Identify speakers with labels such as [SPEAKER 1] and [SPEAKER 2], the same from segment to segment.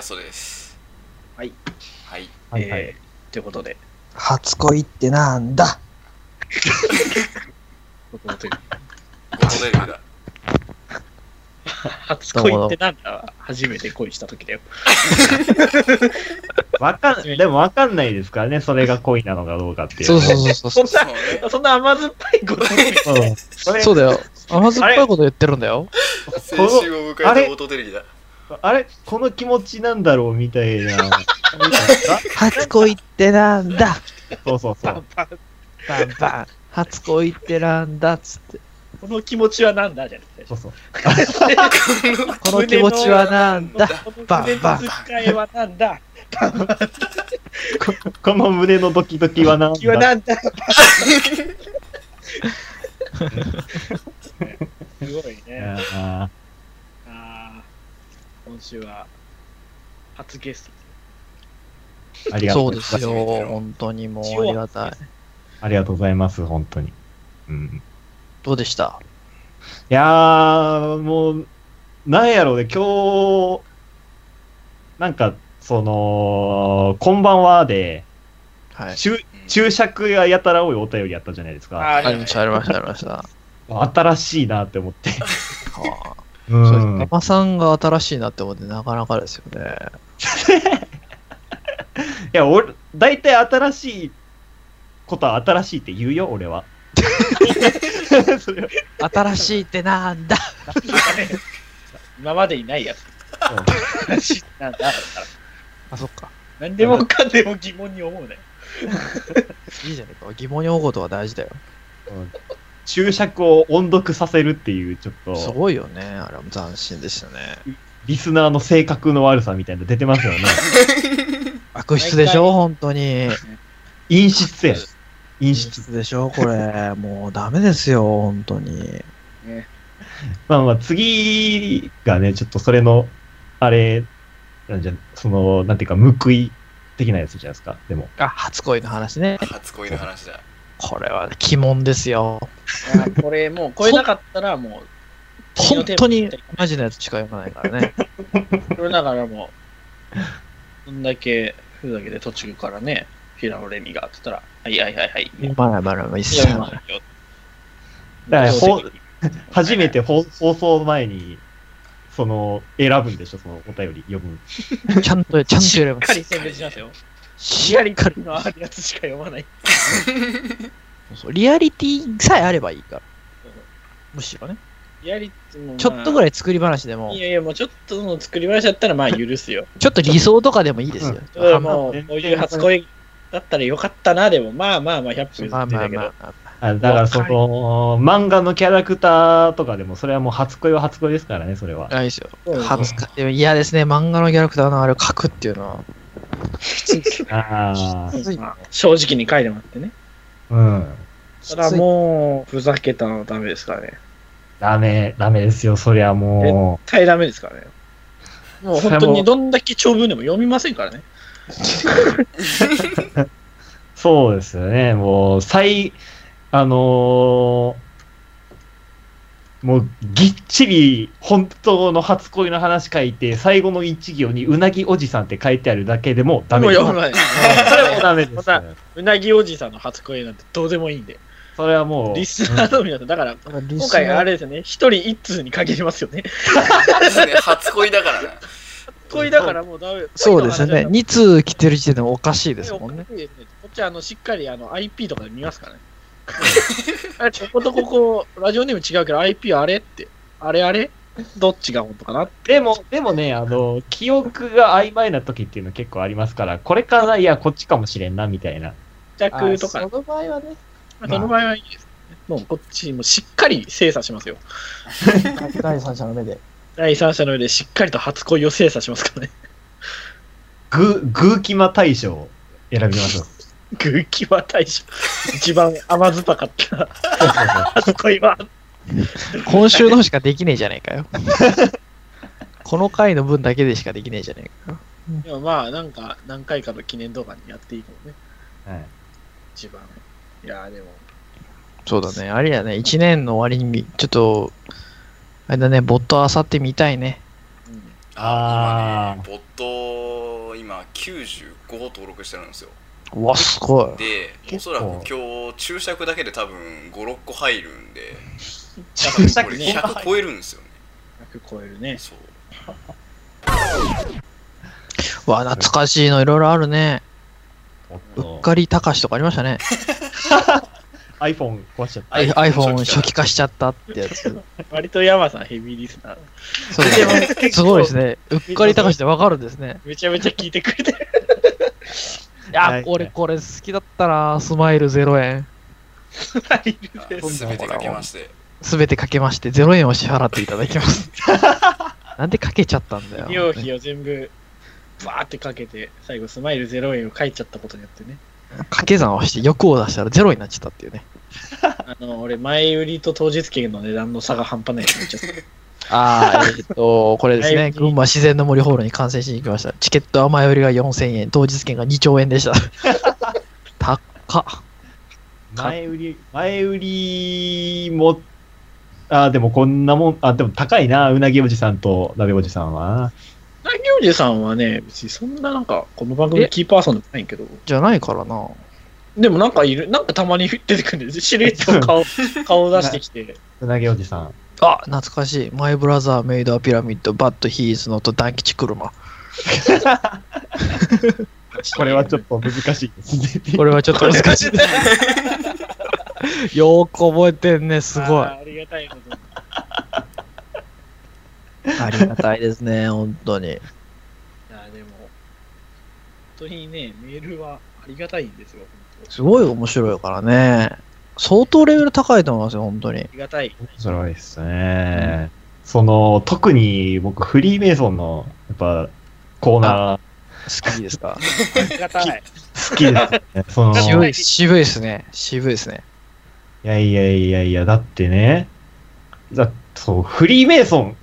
[SPEAKER 1] ストです。
[SPEAKER 2] はい。
[SPEAKER 1] はい。
[SPEAKER 3] はいはい。
[SPEAKER 2] えーということで、
[SPEAKER 3] 初恋ってなんだ
[SPEAKER 2] ことという
[SPEAKER 1] ゴールデンだ。
[SPEAKER 2] 初恋ってなんだ初めて恋した時だよ。
[SPEAKER 4] わかん、でもわかんないですからね、それが恋なのかどうかっていう。
[SPEAKER 3] そうそうそ うそ
[SPEAKER 2] そん
[SPEAKER 3] う。
[SPEAKER 1] そう
[SPEAKER 2] な、
[SPEAKER 1] ね。
[SPEAKER 2] そんな甘酸っぱいこと
[SPEAKER 4] うん。それ
[SPEAKER 3] そうだよ。甘酸っぱいこと言ってるんだよ。
[SPEAKER 4] こ
[SPEAKER 1] 先
[SPEAKER 4] の
[SPEAKER 1] 週を迎えた
[SPEAKER 4] あれ
[SPEAKER 1] オートテレビだ。
[SPEAKER 4] あれこの気持ちなんだろうみたいな。
[SPEAKER 3] 初恋ってなんだ
[SPEAKER 4] そうそうそ
[SPEAKER 2] パン
[SPEAKER 4] う。
[SPEAKER 2] パン。
[SPEAKER 3] バンバン。初恋ってなんだっつって。
[SPEAKER 2] この気持ちはなんだじゃなくて
[SPEAKER 4] そ。うそう。
[SPEAKER 3] この気持ちはなんだ
[SPEAKER 2] この
[SPEAKER 3] バン
[SPEAKER 2] 胸
[SPEAKER 3] バ
[SPEAKER 2] の
[SPEAKER 3] ン
[SPEAKER 2] 使いはなん だ
[SPEAKER 4] この胸のドキドキはなん
[SPEAKER 2] 気は
[SPEAKER 4] だ
[SPEAKER 2] なんだすごいね。あー
[SPEAKER 4] あ
[SPEAKER 2] 今週は、初ゲスト。
[SPEAKER 4] ーありがとうご
[SPEAKER 3] そう
[SPEAKER 4] ざい
[SPEAKER 3] で
[SPEAKER 4] ます
[SPEAKER 3] すよ。本当にもうありがたい。
[SPEAKER 4] ありがとうございます、本当に。うん、
[SPEAKER 3] どうでした
[SPEAKER 4] いやー、もう、なんやろうね、今日、なんか、その、こんばんはで、
[SPEAKER 3] はい。
[SPEAKER 4] 注注釈がやたら多いお便りやったじゃないですか。
[SPEAKER 2] あ
[SPEAKER 3] ありました、ありました、ありました。は
[SPEAKER 4] 新しいなって思って。
[SPEAKER 3] あ
[SPEAKER 4] う
[SPEAKER 3] そうです
[SPEAKER 4] ん
[SPEAKER 3] マ。マさんが新しいなって思って、なかなかですよね。
[SPEAKER 4] いや、俺、大体新しいことは新しいって言うよ、俺は。それは
[SPEAKER 3] 新しいってなんだ
[SPEAKER 2] 今までにないやつ。なんだ
[SPEAKER 3] あ、そっか。
[SPEAKER 2] 何でもかんでも疑問に思うね。
[SPEAKER 3] いいじゃねえか。疑問に思うことが大事だよ。
[SPEAKER 4] うんうん注釈を音読させるっていう、ちょっ
[SPEAKER 3] す
[SPEAKER 4] と、
[SPEAKER 3] ごいよね。あれも斬新でしたね。
[SPEAKER 4] リスナーの性格の悪さみたいなの出てますよね。
[SPEAKER 3] 悪質でしょ、
[SPEAKER 2] 毎回
[SPEAKER 3] 本当に。
[SPEAKER 4] 陰湿や。陰
[SPEAKER 3] 陰
[SPEAKER 4] 湿。
[SPEAKER 3] 質でしょ、これ。 もうダメですよ、本当に。
[SPEAKER 4] まあまあ、次がね、ちょっとそれの、あれ、なんじゃ、その、なんていうか、報い的なやつじゃないですか。でも、
[SPEAKER 3] あ、初恋の話ね。
[SPEAKER 1] 初恋の話だ。
[SPEAKER 3] これは鬼門ですよ。
[SPEAKER 2] あーこれもう超えなかったらも
[SPEAKER 3] 本当にマジなやつしか読まないから ね。
[SPEAKER 2] う、それながらもう、どんだけ、ふざけて途中からね、平野レミがって言ったら、はいはいはいはい。もう
[SPEAKER 3] まだまだ一
[SPEAKER 2] い
[SPEAKER 3] 切
[SPEAKER 2] や
[SPEAKER 3] 読
[SPEAKER 2] ま
[SPEAKER 3] まない。
[SPEAKER 2] あいいよ
[SPEAKER 4] だからほ
[SPEAKER 2] 正直
[SPEAKER 4] 初めて放放送前に、その、選ぶんでしょ、そのお便り読む。
[SPEAKER 3] ちゃんと、ちゃんと読
[SPEAKER 2] し
[SPEAKER 3] れま
[SPEAKER 2] っか
[SPEAKER 3] す。
[SPEAKER 2] り宣伝しますよ。
[SPEAKER 3] しっかり。
[SPEAKER 2] のあるやつしか読まない。
[SPEAKER 3] そうリアリティさえあればいいから。むしろね。
[SPEAKER 2] やりもう
[SPEAKER 3] ちょっとぐら
[SPEAKER 2] い。
[SPEAKER 3] い作り話でも
[SPEAKER 2] い、やいや、もうちょっとの作り話だったら、まあ許すよ。
[SPEAKER 3] ちょっと理想とかでもいいですよ。
[SPEAKER 2] うん、
[SPEAKER 3] まあ
[SPEAKER 2] もう、こういう初恋だったらよかったな、でも、まあまあまあ、100分
[SPEAKER 3] まあ
[SPEAKER 2] って
[SPEAKER 3] まあ
[SPEAKER 2] たけ
[SPEAKER 3] ま
[SPEAKER 2] ど。
[SPEAKER 3] あ。
[SPEAKER 4] あだから、その、漫画のキャラクターとかでも、それはもう初恋は初恋ですからね、そ れは。
[SPEAKER 3] あれですよ。
[SPEAKER 2] うん
[SPEAKER 3] 初か、でも嫌ですね。漫画のキャラクターのあれを書くっていうのは。
[SPEAKER 4] あ
[SPEAKER 3] きついね
[SPEAKER 2] まあ正直に書いてもらってね。
[SPEAKER 4] あ、うん。
[SPEAKER 2] ただもう、ふざけたのはダメですからね。
[SPEAKER 4] ダメ、ダメですよ、そりゃも
[SPEAKER 2] 絶対ダメですからね。もう本当
[SPEAKER 4] それも
[SPEAKER 2] にどんだけ長文でも読みませんからね。
[SPEAKER 4] う。そうですよね、もう、最、あのーもう、ぎっちり、本当の初恋の話書いて、最後の一行に、うなぎおじさんって書いてあるだけでもダメ
[SPEAKER 2] もう
[SPEAKER 4] です。
[SPEAKER 2] 読まない。
[SPEAKER 4] それもダメで、
[SPEAKER 2] ますた
[SPEAKER 4] ね。
[SPEAKER 2] うなぎおじさんの初恋なんてどうでもいいんで。
[SPEAKER 4] それはもう。
[SPEAKER 2] リスナーの皆さん、だから、今
[SPEAKER 3] 今
[SPEAKER 2] 回あれですね、一人一通に限りますよね。
[SPEAKER 1] ですね、初恋だ からな。
[SPEAKER 2] 初恋だからもうダメ。
[SPEAKER 3] そうです
[SPEAKER 2] 恋の話だ
[SPEAKER 3] よね。
[SPEAKER 2] ったら
[SPEAKER 3] 2通来てる時点でもおかしいですもんね。
[SPEAKER 2] いいですねこっちはあのしっかりあの IP とかで見ますからね。あれこことここ、ラジオネーム違うけど IP あれって、あれあれどっちが本当かな
[SPEAKER 4] でも、でもね、あの、記憶が曖昧な時っていうの結構ありますから、これかな、いや、こっちかもしれんな、みたいな。
[SPEAKER 2] 着とかね、
[SPEAKER 3] の場合はね。
[SPEAKER 2] まあその場合はいいですね。もうこっちもしっかり精査しますよ。
[SPEAKER 3] 第三者の目で。
[SPEAKER 2] 第三者の上でしっかりと初恋を精査しますからね。
[SPEAKER 4] ぐ、ぐうきま大賞を選びましょう。
[SPEAKER 2] グーキは大将。一番甘酸っぱかった初恋は。
[SPEAKER 3] 今週のしかできねえじゃねえ かよ。この回の分だけでしかできねえじゃねえかよ。
[SPEAKER 2] でもまあ、なんか何回かの記念動画にやっていいかもね。
[SPEAKER 4] はい
[SPEAKER 2] 一番。いやーでも、
[SPEAKER 3] そうだね。あれやね。1年の終わりに、ちょっと、あれだね、ボットあさってみたいね。
[SPEAKER 2] うん
[SPEAKER 1] あ
[SPEAKER 4] あ
[SPEAKER 1] 今ね、ボット、今、95登録してるんですよ。
[SPEAKER 3] うわ、すごい。
[SPEAKER 1] で、お
[SPEAKER 4] 結
[SPEAKER 1] そ
[SPEAKER 4] 構
[SPEAKER 1] らく今日、注釈だけで多分5、6個入るんで、
[SPEAKER 3] 注
[SPEAKER 1] 多分
[SPEAKER 3] 釈
[SPEAKER 1] これ
[SPEAKER 3] ね
[SPEAKER 1] 100超えるんですよね。
[SPEAKER 2] 100超えるね。
[SPEAKER 1] そう。
[SPEAKER 3] う わ、懐かしいのいろいろあるね。
[SPEAKER 4] おっ
[SPEAKER 3] う
[SPEAKER 4] と
[SPEAKER 3] っかりたかしとかありましたね。
[SPEAKER 4] iPhone 壊しちゃった。
[SPEAKER 3] I- iPhone 初
[SPEAKER 1] 初
[SPEAKER 3] 期
[SPEAKER 1] 期
[SPEAKER 3] 化しちゃったってやつ。
[SPEAKER 2] 割と山さんヘビーリスナー。
[SPEAKER 3] そうですね。すごいですね。うっかりたかしってわかるんですね。
[SPEAKER 2] めちゃめちゃ聞いてくれてる。
[SPEAKER 3] いや
[SPEAKER 4] は、い
[SPEAKER 3] 俺これ好きだったな。スマイル0円。
[SPEAKER 2] いるで
[SPEAKER 3] そん
[SPEAKER 2] す。
[SPEAKER 3] な
[SPEAKER 1] す
[SPEAKER 3] の
[SPEAKER 1] べてかけまして。
[SPEAKER 3] すべてかけまして、0円を支払っていただき ます。なんでかけちゃったんだよ。
[SPEAKER 2] 医療費を全部、バーってかけて、最後スマイル0円を書いちゃったことによってね。
[SPEAKER 3] 掛け算をして欲を出したらゼロになっちゃったっていうね。
[SPEAKER 2] あの、俺、前売りと当日券の値段の差が半端ないやつめっちゃ好き
[SPEAKER 3] ああ、えっ と、これです
[SPEAKER 2] は
[SPEAKER 3] ね。
[SPEAKER 2] い
[SPEAKER 3] 群馬自然の森ホールに観戦しに行きました。チケットは前売りが4000円、当日券が2兆円でした。 高っ。
[SPEAKER 4] 前売り、前売りも、あーでもこんなもん、あ、でも高いな、うなぎおじさんと鍋おじさんは。
[SPEAKER 2] なぎおじさんはね、別にそんななんか、この番組キーパーソンじゃないけど、
[SPEAKER 3] じゃないからな。
[SPEAKER 2] でもなんかいる、なんかたまに出てくるんですよ。シルエットの 顔、顔出してきて。
[SPEAKER 4] うなぎおじさん。
[SPEAKER 3] あ、懐かしい。マイブラザーメイドアピラミッド、バッドヒーズのとダン吉車。
[SPEAKER 4] これはちょっと難しいですね。
[SPEAKER 3] これはちょっと難 しいです。よーく覚えてんね、すごい。
[SPEAKER 2] あーありがたいことに。
[SPEAKER 3] ありがたいですね、本当に。
[SPEAKER 2] いやでも、本当にね、メールはありがたいんですよ、本
[SPEAKER 3] すごい面白いからね。相当レベル高いと思いますよ、本当に
[SPEAKER 2] 当。あ。りがたい。
[SPEAKER 4] 面白いですね。その、特に僕、フリーメイソンの、やっぱ、コーナ
[SPEAKER 3] 好きですか。
[SPEAKER 2] ありがたい。
[SPEAKER 4] ー好きですね。 その、
[SPEAKER 3] 渋
[SPEAKER 4] い
[SPEAKER 3] い、渋いですね。渋いですね。
[SPEAKER 4] やいやいやいや、だってね、だそう、フリーメイソン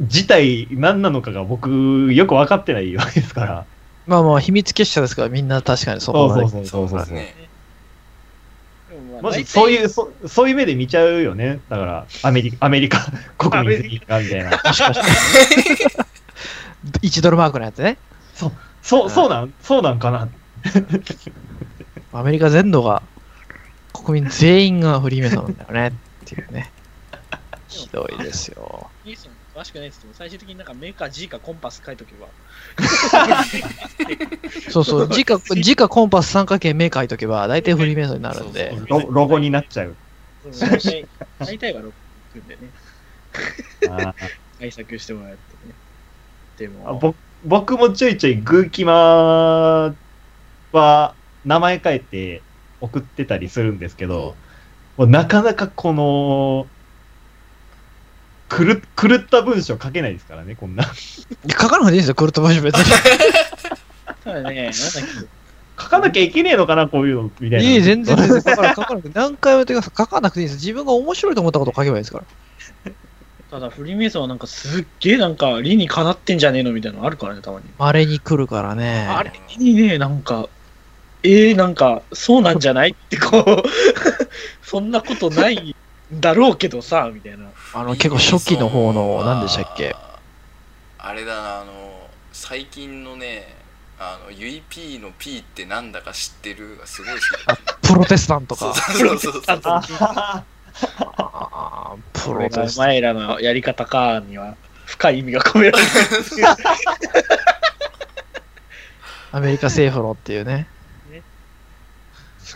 [SPEAKER 4] 自体何なのかが僕、よく分かってないわけですから。
[SPEAKER 3] まあまあ、秘密結社ですから、みんな確かに
[SPEAKER 4] そ
[SPEAKER 3] そ
[SPEAKER 4] う
[SPEAKER 3] こ
[SPEAKER 4] そう
[SPEAKER 3] まで。
[SPEAKER 4] そうそうそう。
[SPEAKER 1] ね。
[SPEAKER 2] でもま。
[SPEAKER 4] まずそういうう、そそういう目で見ちゃうよね。だから、アメリカ、アメリカ、国民全員がみたいな。
[SPEAKER 3] 1ドルマークのやつね。
[SPEAKER 4] そうう、
[SPEAKER 3] ん
[SPEAKER 4] そうなん、そうなんかな。
[SPEAKER 3] アメリカ全土が、国民全員がフリーメイソンなんだよね。っていうね。ひどいですよ。
[SPEAKER 2] ニーソン詳しくないですけど、最終的になんかメーカー G かコンパス書いとけ ば。
[SPEAKER 3] そうそう、時価、時価コンパス三角形目書いとけば、大体フリーメイソンになるんで
[SPEAKER 1] そう。そう
[SPEAKER 4] ロロゴになっちゃう。
[SPEAKER 2] うん大体、大体は6分でね、
[SPEAKER 4] あ
[SPEAKER 2] 対策してもらってね。で
[SPEAKER 4] ー
[SPEAKER 2] も、
[SPEAKER 4] ぼ僕もちょいちょいグーキマは名前変えて送ってたりするんですけど、もうなかなかこの、狂っ狂った文章書けないですからね、こんな。
[SPEAKER 3] いや書かなくていいんですよ、クルトバシュ別に。
[SPEAKER 2] ただ ね、なんだっけ
[SPEAKER 4] 書かなきゃいけねえのかな、こういうの、みたいな。
[SPEAKER 3] いい、全然全然書かな書かなくて、何回も言ってください。書かなくていいんですよ。自分が面白いと思ったことを書けばいいですから。
[SPEAKER 2] ただフリーメイソンはなんかすっげえなんか理にかなってんじゃねえのみたいなのあるからね、たまに。
[SPEAKER 3] 稀に来るからね。
[SPEAKER 2] あれにね、なんか、えー、なんか、そうなんじゃないってこう、 そんなことないんだろうけどさ、みたいな。
[SPEAKER 3] あの、結構初期の方の、何でしたっけ。
[SPEAKER 1] あれだなあの最近のねあのゆい P の P ってなんだか知ってるがすごい好きだ
[SPEAKER 3] プロテスタントか。
[SPEAKER 1] そうそうそうそう
[SPEAKER 2] あ
[SPEAKER 3] あープ
[SPEAKER 2] こ
[SPEAKER 3] ロ
[SPEAKER 2] れ
[SPEAKER 3] テ
[SPEAKER 2] が
[SPEAKER 3] スタン
[SPEAKER 2] 前らのやり方かには深 い意味が込められて
[SPEAKER 3] ト。アメリカ政府のっていうね
[SPEAKER 2] ね。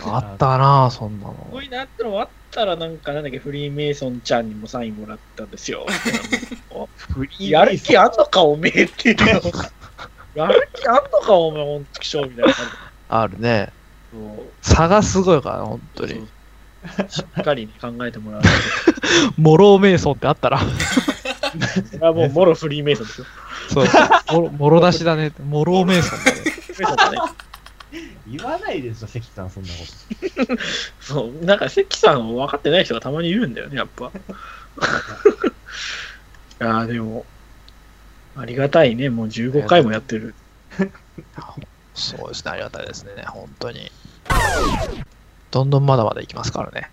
[SPEAKER 3] あったなぁ、そんなの。
[SPEAKER 2] こういうのあったのもあったら、なんかなんだっけ、フリーメイソンちゃんにもサインもらったん ですよ。
[SPEAKER 4] フリー
[SPEAKER 2] や
[SPEAKER 4] メイ
[SPEAKER 2] る
[SPEAKER 4] ソン
[SPEAKER 2] 気あんのか、おめえ っていうの。やる気あんのか、おめえ、ほんと、気象みたいな感
[SPEAKER 3] あるね。
[SPEAKER 2] じそう
[SPEAKER 3] 差がすごいから、本当に。
[SPEAKER 2] しっかりね考えてもらわない
[SPEAKER 3] モローメイソンってあったら。
[SPEAKER 2] と。それはもう、もろフリーメイソンですよ。
[SPEAKER 3] そう。 もろもろ出しだね。モローメイソンだ
[SPEAKER 2] フ
[SPEAKER 3] ね。
[SPEAKER 2] リーメイソンだね。
[SPEAKER 4] 言わないでしょ、関さん、そんなこと。
[SPEAKER 2] そう、なんか関さんを分かってない人がたまにいるんだよね、やっぱ。いやーでも、ありがたいね、もう15回もやってる。
[SPEAKER 3] そうですね、ありがたいですね、本当に。どんどんまだまだいきますからね。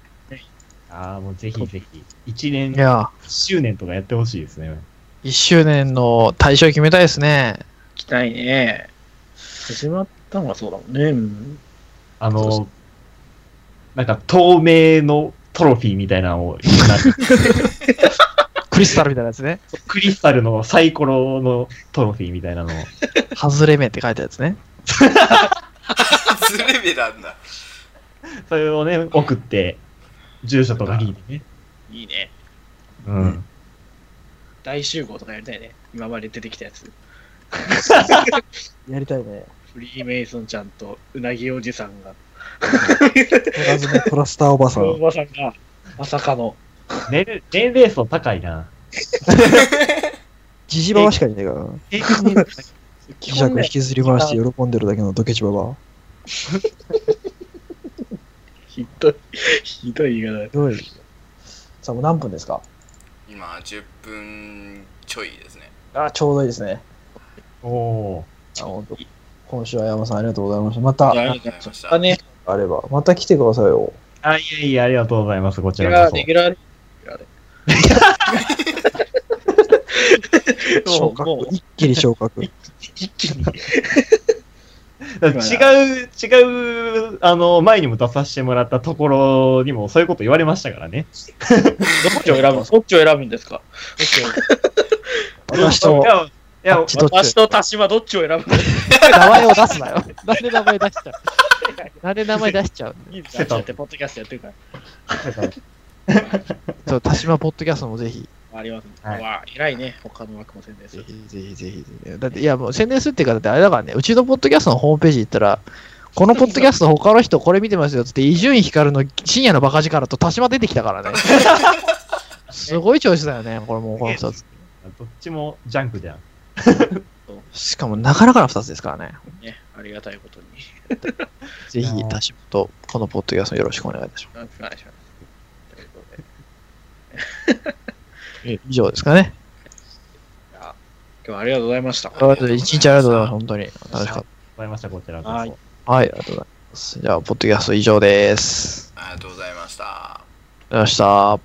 [SPEAKER 4] ああ、もうぜひぜひ。一年
[SPEAKER 3] いや、
[SPEAKER 4] 周年とかやってほしいですね。
[SPEAKER 3] 1周年の対象決めたいですね。
[SPEAKER 2] 来たいね。始まったのはそうだもんね。うん
[SPEAKER 4] あ
[SPEAKER 2] そうそ
[SPEAKER 4] の、なんか透明のトロフィーみたいなのを、なんか
[SPEAKER 3] クリスタルみたいなやつね。
[SPEAKER 4] クリスタルのサイコロのトロフィーみたいなのを。
[SPEAKER 3] 外れ目って書いたやつね。
[SPEAKER 1] ズレベなんだ
[SPEAKER 4] それをね、送って、住所とか聞いてね。
[SPEAKER 2] いいね。
[SPEAKER 4] うん。
[SPEAKER 2] 大集合とかやりたいね。今まで出てきたやつ。
[SPEAKER 3] やりたいね。
[SPEAKER 2] フリーメイソンちゃんとうなぎおじさんが、
[SPEAKER 5] ラズのトラスターおばさ
[SPEAKER 2] お
[SPEAKER 5] ん。
[SPEAKER 2] ばさんが、まさかの、
[SPEAKER 4] 年年齢層高いな。
[SPEAKER 5] ジジババしかいねえからな。
[SPEAKER 4] 平均年齢高い
[SPEAKER 2] 基
[SPEAKER 5] 磁石
[SPEAKER 2] 本
[SPEAKER 5] 引
[SPEAKER 2] ね、
[SPEAKER 5] きずり回して喜んでるだけのドケチババ。
[SPEAKER 2] ひどい、ひどい言い方だよ
[SPEAKER 5] どういさあ、もう何分ですか
[SPEAKER 1] 今10分ちょいですね
[SPEAKER 5] あ、ちょうどいいですね。
[SPEAKER 4] おー
[SPEAKER 5] あ、ほんと。今週は山さんありがとうございました。また、
[SPEAKER 2] あ
[SPEAKER 1] あり
[SPEAKER 2] り
[SPEAKER 1] がとうございました
[SPEAKER 2] あね、
[SPEAKER 5] あれば、また来てくださいよ。
[SPEAKER 4] あ、いえいえ、ありがとうございます。こち
[SPEAKER 2] レギュラ
[SPEAKER 4] ら
[SPEAKER 2] ー、
[SPEAKER 4] こ
[SPEAKER 2] レギュラー、
[SPEAKER 5] 昇格
[SPEAKER 2] もう、
[SPEAKER 5] 一気に昇格。
[SPEAKER 2] 一気に。
[SPEAKER 4] そ。違う、違う、あの、前にも出させてもらったところにも、そういうこと言われましたからね。
[SPEAKER 2] どっちを選ぶのどっちを選ぶんですか
[SPEAKER 5] 私
[SPEAKER 4] い
[SPEAKER 5] と、
[SPEAKER 4] や、いや
[SPEAKER 5] あっちどっ
[SPEAKER 2] 私
[SPEAKER 5] ち。
[SPEAKER 2] と田島どっちを選ぶの
[SPEAKER 3] 名前を出すな よ。なんで名前出しちゃうなんで名前出しちゃう
[SPEAKER 2] いいですかだって、ポッドキャストやってるから。
[SPEAKER 3] そう、田島ポッドキャストもぜひ、
[SPEAKER 2] ありますね。
[SPEAKER 4] はいう
[SPEAKER 2] わ偉いね。他の枠も宣伝す
[SPEAKER 3] ぜ
[SPEAKER 2] る。
[SPEAKER 3] ひぜひぜひ。だって、いや、もう宣伝するっていうか、だってあれだからね、うちのポッドキャストのホームページ行ったら、このポッドキャスト他の人これ見てますよっつって、伊集院光の深夜のバカ力と田島出てきたからね。すごい調子だよね、これもうこの2つ。
[SPEAKER 4] どっちもジャンクじゃん。
[SPEAKER 3] しかも、なかなかの2つですからね。
[SPEAKER 2] ね、ありがたいことに。
[SPEAKER 3] ぜひ、田島とこのポッドキャストよろしくお願いいたしま
[SPEAKER 2] お願いします。ということで、
[SPEAKER 3] す。以上ですかね。
[SPEAKER 2] 今日はありがとうございました。
[SPEAKER 3] あと一日ありがとうございます、本当に。楽しかっ
[SPEAKER 4] ございました、こちらこそ。
[SPEAKER 2] はい。
[SPEAKER 3] た。はい、ありがとうございます。じゃあ、ポッドキャスト以上です。
[SPEAKER 1] ありがとうございました
[SPEAKER 3] ありがとうございました。